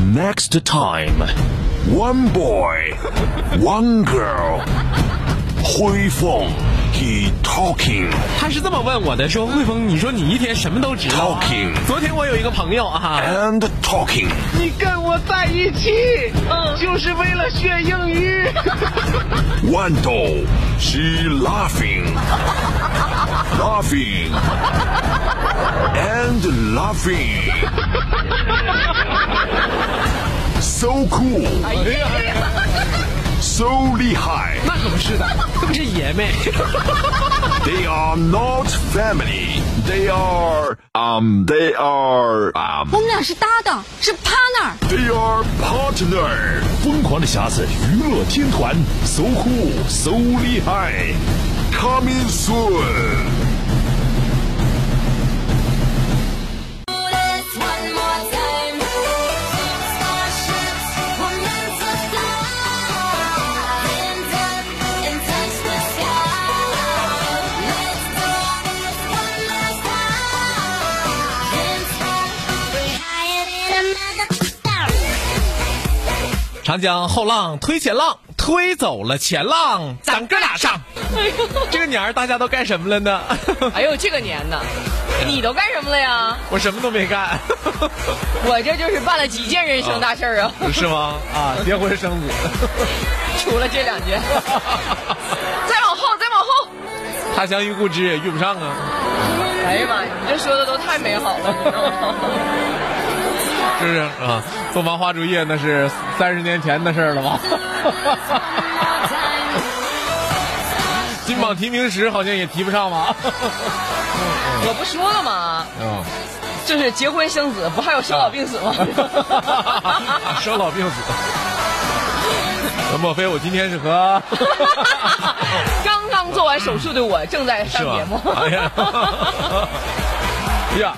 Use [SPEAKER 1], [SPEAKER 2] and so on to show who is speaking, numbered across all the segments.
[SPEAKER 1] Next time, one boy, one girl. 辉凤，he talking
[SPEAKER 2] 他是这么问我的，说汇丰，你说你一天什么都知道啊、
[SPEAKER 1] Talking
[SPEAKER 2] 昨天我有一个朋友啊，
[SPEAKER 1] and talking。
[SPEAKER 3] 你跟我在一起，就是为了学英语。
[SPEAKER 1] Wando, she laughing, laughing, and laughing. So cool, so 厉害.
[SPEAKER 2] 那可不是的，他们是爷们。
[SPEAKER 1] They are not family. They are um. They are um.
[SPEAKER 4] 我们俩是搭档，是 partner。
[SPEAKER 1] They are partner. 疯狂的匣子娱乐天团，so cool, so 厉害，coming soon.
[SPEAKER 5] One more time, starships were meant to fly. Stand up and touch the sky. Let's go one last time. Can't stop, we're higher than a mother star.
[SPEAKER 2] 长江后浪推前浪，推走了前浪，咱哥俩上。这个年儿大家都干什么了呢？
[SPEAKER 6] 哎呦，这个年呐，你都干什么了呀？
[SPEAKER 2] 我什么都没干，
[SPEAKER 6] 我这就是办了几件人生大事儿啊，
[SPEAKER 2] 是吗？啊，结婚生子。
[SPEAKER 6] 除了这两件。再往后，再往后。
[SPEAKER 2] 他乡遇故知，遇不上啊，
[SPEAKER 6] 哎呀妈呀，你这说的都太美好了，你知道吗？
[SPEAKER 2] 是不是啊？洞房花烛夜那是三十年前的事儿了吧？金榜题名时好像也提不上吧？
[SPEAKER 6] 我不说了吗？
[SPEAKER 2] 嗯，
[SPEAKER 6] 就是结婚生子，不还有生老 病死吗？
[SPEAKER 2] 生老病死。那莫非我今天是和
[SPEAKER 6] 刚刚做完手术的我正在 上
[SPEAKER 2] 是吧
[SPEAKER 6] 节目，？
[SPEAKER 2] 哎呀， 哎呀，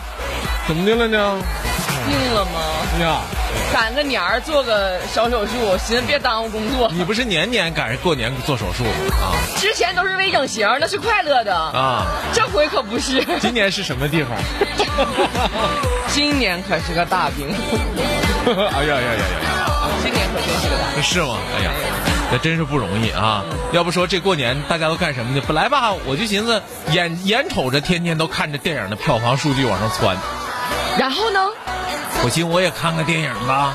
[SPEAKER 2] 怎么的了呢？
[SPEAKER 6] 病了吗？
[SPEAKER 2] 哎呀，
[SPEAKER 6] 赶个年儿做个小手术，我寻思别耽误工作。
[SPEAKER 2] 你不是年年赶上过年做手术吗？
[SPEAKER 6] 之前都是为整形，那是快乐的，
[SPEAKER 2] 啊啊！
[SPEAKER 6] 这回可不是。
[SPEAKER 2] 今年是什么 地方？
[SPEAKER 6] 今年可是个大病，
[SPEAKER 2] 哎呀呀呀呀！
[SPEAKER 6] 今年可真是个大病。
[SPEAKER 2] 是吗？哎呀，那真是不容易啊！要不说这过年大家都干什么呢？本来吧，我就寻思眼眼瞅着天天都看着电影的票房数据往上窜，
[SPEAKER 6] 然后呢？
[SPEAKER 2] 我寻思我也看看电影吧。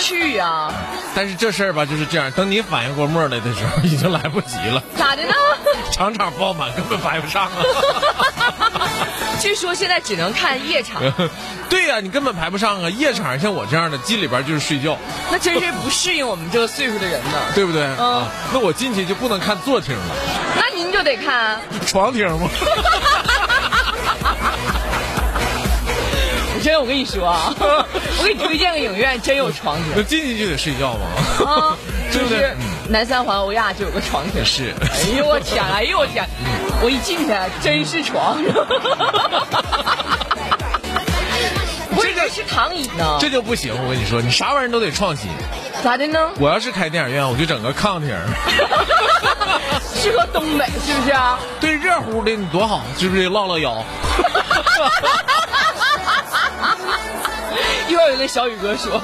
[SPEAKER 6] 去啊呀、
[SPEAKER 2] 但是这事儿吧就是这样，等你反应过味儿来的时候，已经来不及了，
[SPEAKER 6] 咋的呢？
[SPEAKER 2] 场场爆满，根本排不上啊！
[SPEAKER 6] 据说现在只能看夜场，
[SPEAKER 2] 对呀、你根本排不上啊！夜场像我这样的，进里边就是睡觉，
[SPEAKER 6] 那真是不适应我们这个岁数的人呢。
[SPEAKER 2] 对不对？
[SPEAKER 6] 嗯
[SPEAKER 2] 啊，那我进去就不能看坐厅了。
[SPEAKER 6] 那您就得看，
[SPEAKER 2] 床厅吗？
[SPEAKER 6] 我真的我跟你说啊， 我给你推荐个影院，真有床
[SPEAKER 2] 那进
[SPEAKER 6] 厅
[SPEAKER 2] 去就得睡觉吗？
[SPEAKER 6] 啊，
[SPEAKER 2] 对
[SPEAKER 6] 就
[SPEAKER 2] 不对
[SPEAKER 6] 是南三环欧亚就有个床厅。
[SPEAKER 2] 是，
[SPEAKER 6] 哎呦我天啊！哎呦我天！我一进去真是 床，不是这是躺椅呢？
[SPEAKER 2] 这就不行。我跟你说，你啥玩意儿都得创新。
[SPEAKER 6] 咋的 呢？
[SPEAKER 2] 我要是开电影院，我就整个炕厅，
[SPEAKER 6] 适合东北是不是啊？
[SPEAKER 2] 对热乎的你多好，是不是？落落腰，
[SPEAKER 6] 一会儿有跟小宇 哥说，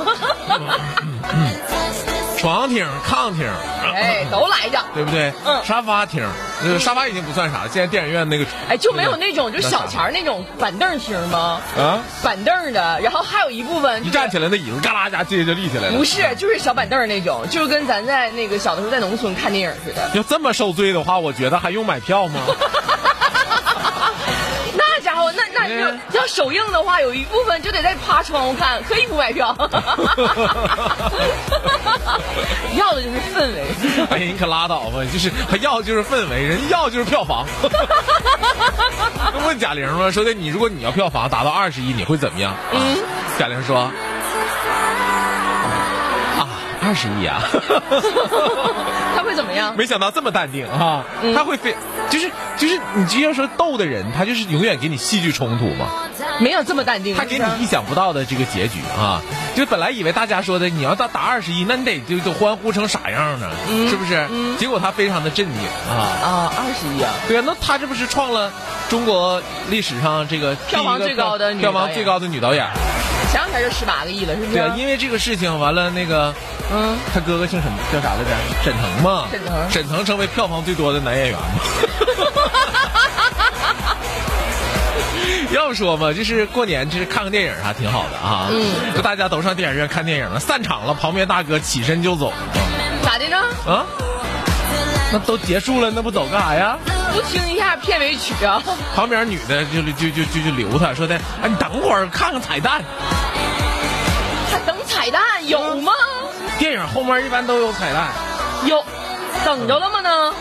[SPEAKER 2] 床厅、炕厅，
[SPEAKER 6] 哎，都来着。
[SPEAKER 2] 对不对？
[SPEAKER 6] 嗯
[SPEAKER 2] 沙发厅，呃沙发已经不算啥了，现在电影院那个，
[SPEAKER 6] 哎，就没有那种就小钱儿那种板凳厅吗？
[SPEAKER 2] 啊，
[SPEAKER 6] 板凳的，然后还有一部分
[SPEAKER 2] 一站起来那椅子嘎啦一下进去就立起来了。
[SPEAKER 6] 不是，就是小板凳那种，就是跟咱在那个小的时候在农村看电影似的。
[SPEAKER 2] 要这么受罪的话，我觉得还用买票吗？
[SPEAKER 6] 那家伙，那那要
[SPEAKER 2] 嗯
[SPEAKER 6] 要首映的话，有一部分就得再趴窗户看，可以不 买票。要的就是氛围。
[SPEAKER 2] 哎呀，你可拉倒吧！就是还要就是氛围，人家要就是票房。 问贾玲吗？说的你，如果你要票房达到二十亿，你会怎么样？嗯，贾玲说啊，二十亿啊，
[SPEAKER 6] 他会怎么样？
[SPEAKER 2] 没想到这么淡定啊！他会非就是就是你就要说逗的人，他就是永远给你戏剧冲突嘛，
[SPEAKER 6] 没有这么淡定。
[SPEAKER 2] 他给你意想不到的这个结局啊！就本来以为大家说的你要到达二十亿，那你得就就欢呼成啥样呢？是不是？结果他非常的镇定啊。
[SPEAKER 6] 嗯啊，二十一啊，
[SPEAKER 2] 对啊，那她这不是创了中国历史上这个
[SPEAKER 6] 票房
[SPEAKER 2] 第一个
[SPEAKER 6] 最高的女
[SPEAKER 2] 票
[SPEAKER 6] 导
[SPEAKER 2] 房
[SPEAKER 6] 演
[SPEAKER 2] 最高的女导演？
[SPEAKER 6] 想想才是十八个亿了，是不是？
[SPEAKER 2] 对啊，因为这个事情完了，那个
[SPEAKER 6] 嗯，
[SPEAKER 2] 他哥哥姓什么？叫啥来着？沈腾嘛。
[SPEAKER 6] 沈腾
[SPEAKER 2] 沈腾成为票房最多的男演 员嘛。要说嘛，就是过年，就是看个电影还挺好的啊。嗯，就大家都上电影院看电影了，散场了，旁边大哥起身就走
[SPEAKER 6] 咋的呢？
[SPEAKER 2] 啊。那都结束了，那不走干啥呀？
[SPEAKER 6] 不听一下片尾曲啊？
[SPEAKER 2] 旁边女的就就就就就留他，说的，哎，你等会儿看看彩蛋，
[SPEAKER 6] 还等彩蛋有吗？
[SPEAKER 2] 电影后面一般都有彩蛋。
[SPEAKER 6] 有，等着了吗呢？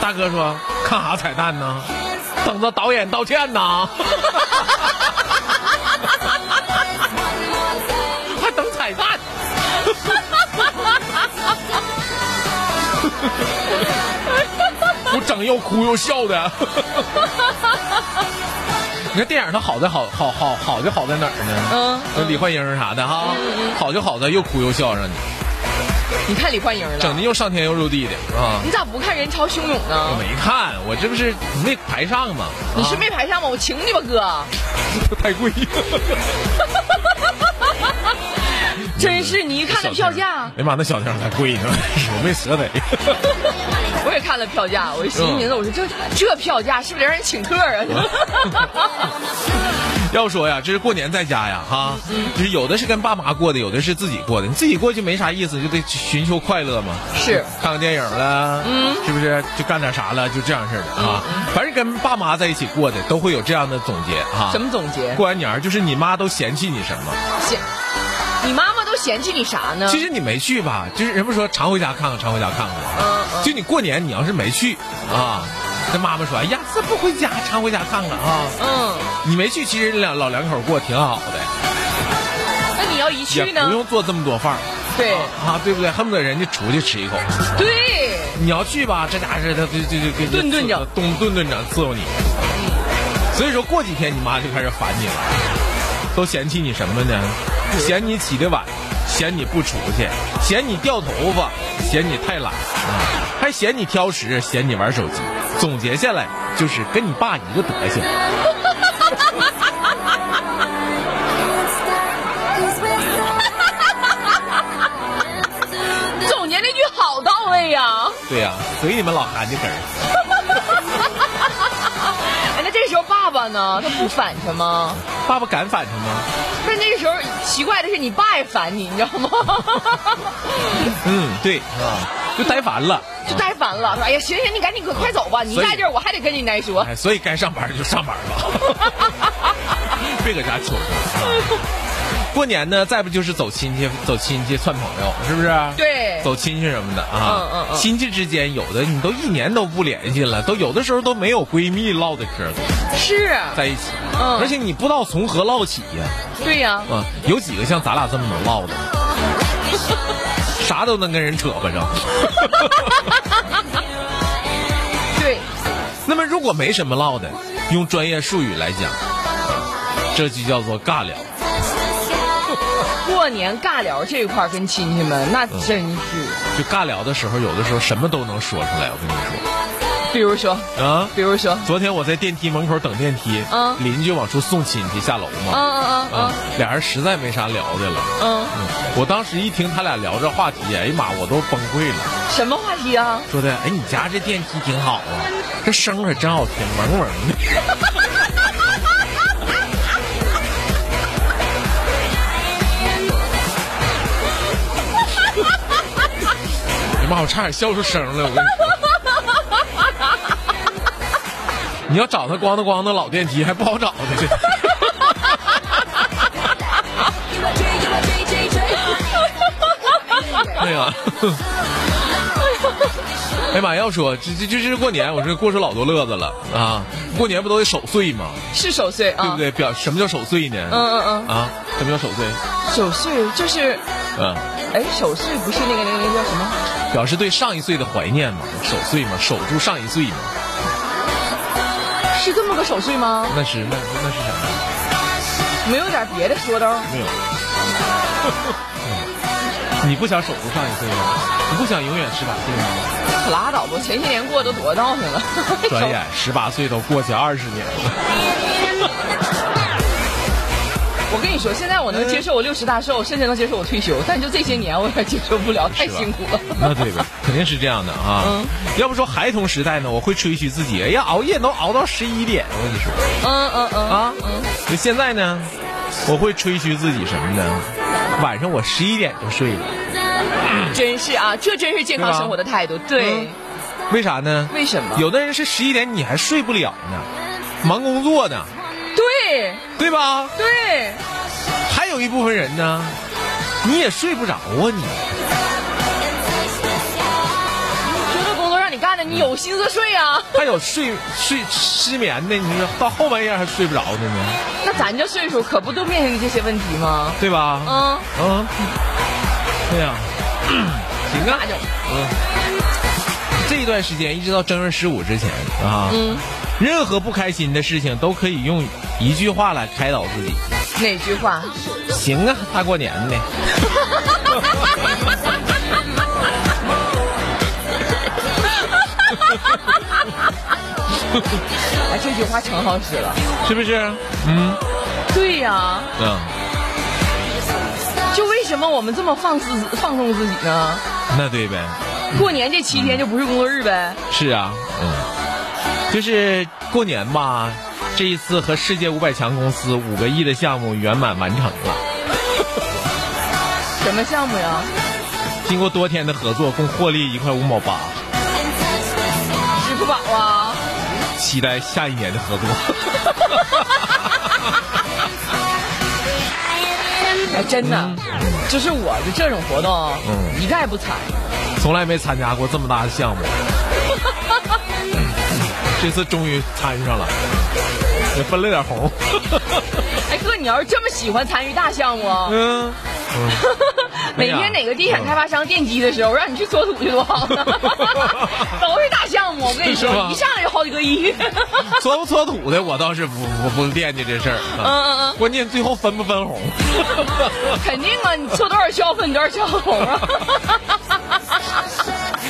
[SPEAKER 2] 大哥说：“看啥彩蛋呢？等着导演道歉呢？ 还等彩蛋？ 我整又哭又笑的。 你看电影它好在好好好好就好在哪儿呢？
[SPEAKER 6] 嗯，
[SPEAKER 2] 那李焕英啥的哈，好就好在又哭又笑让你，
[SPEAKER 6] 你看李焕英
[SPEAKER 2] 整
[SPEAKER 6] 了，
[SPEAKER 2] 的又上天又入地的啊！
[SPEAKER 6] 你咋不看人潮汹涌
[SPEAKER 2] 我
[SPEAKER 6] 呢？
[SPEAKER 2] 没看，我这不是没排上吗？
[SPEAKER 6] 你
[SPEAKER 2] 啊
[SPEAKER 6] 是没排上吗？我请你吧，哥，
[SPEAKER 2] 太贵。
[SPEAKER 6] 真是你一看那票价，
[SPEAKER 2] 哎呀妈，那小票还贵呢，我没舍得。
[SPEAKER 6] 我也看了票价，我心寻思，我说这这票价是不是得让人请客啊？
[SPEAKER 2] 嗯要说呀，这是过年在家呀，哈，就是有的是跟爸妈过的，有的是自己过的。你自己过就没啥意思，就得寻求快乐嘛。
[SPEAKER 6] 是
[SPEAKER 2] 看个电影了，嗯，是不是就干点啥了？就这样式的啊。
[SPEAKER 6] 嗯
[SPEAKER 2] 凡是跟爸妈在一起过的，都会有这样的总结哈。
[SPEAKER 6] 什么总结？
[SPEAKER 2] 过完年儿就是你妈都嫌弃你什么？
[SPEAKER 6] 嫌你妈妈都嫌弃你啥呢？
[SPEAKER 2] 其实你没去吧，就是人不说常回家看看，常回家看看。
[SPEAKER 6] 嗯嗯
[SPEAKER 2] 就你过年你要是没去啊，那妈妈说，哎呀，这不回家，常回家看看啊。
[SPEAKER 6] 嗯，
[SPEAKER 2] 你没去，其实两老两口过挺好的，
[SPEAKER 6] 那你要一
[SPEAKER 2] 也
[SPEAKER 6] 去
[SPEAKER 2] 哎不
[SPEAKER 6] 呢？
[SPEAKER 2] 用做这么多饭儿
[SPEAKER 6] 对
[SPEAKER 2] 啊，对不对？恨不得人家出去吃一口。
[SPEAKER 6] 对，
[SPEAKER 2] 你要去吧，这家伙是他就就就给你
[SPEAKER 6] 顿顿整，
[SPEAKER 2] 东顿顿整伺候你。所以说过几天你妈就开始烦你了，都嫌弃你什么呢？嫌你起得晚，嫌你不出去，嫌你掉头发，嫌你太懒，啊，还嫌你挑食，嫌你玩手机。总结下来就是跟你爸一个德行。
[SPEAKER 6] 总结那句好到位呀、
[SPEAKER 2] 对呀、随你们老韩的根儿，
[SPEAKER 6] 哎，那这时候爸爸呢？他不反他吗？
[SPEAKER 2] 爸爸敢反他吗？
[SPEAKER 6] 不是那个时候奇怪的是，你爸也烦你，你知道吗？
[SPEAKER 2] 嗯，对啊，就呆烦了，
[SPEAKER 6] 就太烦了，说哎呀，行行，你赶紧快快走吧，你
[SPEAKER 2] 所以
[SPEAKER 6] 在这儿我还得跟你奶说。
[SPEAKER 2] 哎，所以该上班就上班吧， 别搁家求着。过年呢，再不就是走亲戚，走亲戚串朋友，是不是？
[SPEAKER 6] 对，
[SPEAKER 2] 走亲戚什么的啊，
[SPEAKER 6] 嗯嗯嗯
[SPEAKER 2] 亲戚之间有的你都一年都不联系了，都有的时候都没有闺蜜唠的嗑了
[SPEAKER 6] 是，
[SPEAKER 2] 在一起，
[SPEAKER 6] 嗯
[SPEAKER 2] 而且你不知道从何唠起呀、
[SPEAKER 6] 对呀、
[SPEAKER 2] 啊，有几个像咱俩这么能唠的，啥都能跟人扯巴上。
[SPEAKER 6] 对，
[SPEAKER 2] 那么如果没什么唠的，用专业术语来讲，这就叫做尬聊。
[SPEAKER 6] 过年尬聊这一块儿跟亲戚们那真是，
[SPEAKER 2] 就尬聊的时候，有的时候什么都能说出来。我跟你
[SPEAKER 6] 比如说，
[SPEAKER 2] 说啊，
[SPEAKER 6] 比如说，
[SPEAKER 2] 昨天我在电梯门口等电梯，
[SPEAKER 6] 嗯
[SPEAKER 2] 邻居往出送亲戚下楼
[SPEAKER 6] 嗯
[SPEAKER 2] 嘛，啊
[SPEAKER 6] 嗯嗯
[SPEAKER 2] 俩人实在没啥聊的了。
[SPEAKER 6] 嗯
[SPEAKER 2] 嗯我当时一听他俩聊这话题，哎呀妈，我都崩溃了，
[SPEAKER 6] 嗯，什么话题啊？
[SPEAKER 2] 说的，哎，你家这电梯挺好啊，这声可真好听，嗡嗡的。哎呀妈！我差点笑出声来，我跟你说。你要找他咣当咣当老电梯还不好找呢，这。哎呀， 哎呀妈！要说这这这这过年，我说过出老多乐子了啊！过年不都得守岁吗？
[SPEAKER 6] 是守岁
[SPEAKER 2] 对不
[SPEAKER 6] 啊？
[SPEAKER 2] 对？表什么叫守岁呢？
[SPEAKER 6] 嗯嗯
[SPEAKER 2] 啊，什么叫守岁？
[SPEAKER 6] 嗯，守岁就是，
[SPEAKER 2] 嗯、
[SPEAKER 6] 哎，守岁不是那个那个那个叫什么？
[SPEAKER 2] 表示对上一岁的怀念嘛，守岁嘛，守住上一岁嘛，
[SPEAKER 6] 是这么个守岁吗？
[SPEAKER 2] 那是那那是什么？
[SPEAKER 6] 没有点别的说道儿？
[SPEAKER 2] 没有。 你不想守住上一岁吗？你不想永远十八岁吗？
[SPEAKER 6] 可拉倒吧，前些年过都多闹腾 了。
[SPEAKER 2] 转眼十八岁都过去二十年了。
[SPEAKER 6] 我跟你说，现在我能接受我六十大寿，甚至能接受我退休，但就这些年我也接受不了，太
[SPEAKER 2] 是吧
[SPEAKER 6] 辛苦了。
[SPEAKER 2] 那对吧？肯定是这样的啊。
[SPEAKER 6] 嗯
[SPEAKER 2] 要不说孩童时代呢，我会吹嘘自己，哎呀，熬夜能熬到十一点，我跟你说
[SPEAKER 6] 嗯嗯嗯
[SPEAKER 2] 啊。就现在呢，我会吹嘘自己什么呢？晚上我十一点就睡了，
[SPEAKER 6] 真是啊，这真是健康生活的态度。对，
[SPEAKER 2] 为啥呢？
[SPEAKER 6] 为什么
[SPEAKER 2] 有的人是十一点你还睡不了呢，忙工作呢，
[SPEAKER 6] 对
[SPEAKER 2] 对吧？
[SPEAKER 6] 对，
[SPEAKER 2] 还有一部分人呢，你也睡不着啊你。
[SPEAKER 6] 说这工作让你干的，你有心思睡啊？
[SPEAKER 2] 还有睡睡失眠的，你说到后半夜还睡不着的呢，
[SPEAKER 6] 那咱这岁数可不都面临这些问题吗？
[SPEAKER 2] 对吧？
[SPEAKER 6] 嗯，
[SPEAKER 2] 嗯，对呀、行啊
[SPEAKER 6] 那，就
[SPEAKER 2] 这一段时间一直到正月十五之前啊，
[SPEAKER 6] 嗯，
[SPEAKER 2] 任何不开心的事情都可以用一句话来开导自己。
[SPEAKER 6] 哪句话？
[SPEAKER 2] 行啊，大过年的。
[SPEAKER 6] 哎，这句话成好使了。
[SPEAKER 2] 是不是？嗯
[SPEAKER 6] 对呀、
[SPEAKER 2] 嗯，
[SPEAKER 6] 就为什么我们这么放肆放纵自己呢？
[SPEAKER 2] 那对呗，
[SPEAKER 6] 过年这七天就不是工作日呗？
[SPEAKER 2] 是啊，嗯，就是过年吧，这一次和世界五百强公司五个亿的项目圆满完成了。
[SPEAKER 6] 什么项目呀？
[SPEAKER 2] 经过多天的合作，共获利一块五毛八，
[SPEAKER 6] 支付宝啊？
[SPEAKER 2] 期待下一年的合作。
[SPEAKER 6] 哎，真的，就是我就这种活动，
[SPEAKER 2] 嗯
[SPEAKER 6] 一概不参与。
[SPEAKER 2] 从来没参加过这么大的项目， 这次终于参上了，也分了点红。
[SPEAKER 6] 哎哥，你要是这么喜欢参与大项目，
[SPEAKER 2] 嗯，
[SPEAKER 6] 哪
[SPEAKER 2] 没哎呀
[SPEAKER 6] 天哪个地产开发商奠基的时候，让你去搓土去 多好呢？都是大项目，我跟你
[SPEAKER 2] 是吧
[SPEAKER 6] 说，一上来就好几 个亿。
[SPEAKER 2] 搓不搓土的我倒是不不不惦记这事儿，啊
[SPEAKER 6] 嗯嗯
[SPEAKER 2] 关键最后分不分红。
[SPEAKER 6] 嗯，肯定啊，你搓多少销分，你多少 销红啊？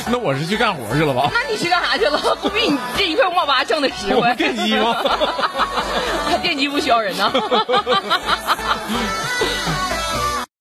[SPEAKER 2] 那我是去干活去了吧？
[SPEAKER 6] 那你去干啥去了？不比你这一块五毛八挣的实
[SPEAKER 2] 我
[SPEAKER 6] 惠？
[SPEAKER 2] 电击吗？
[SPEAKER 6] 他电击不需要人呐。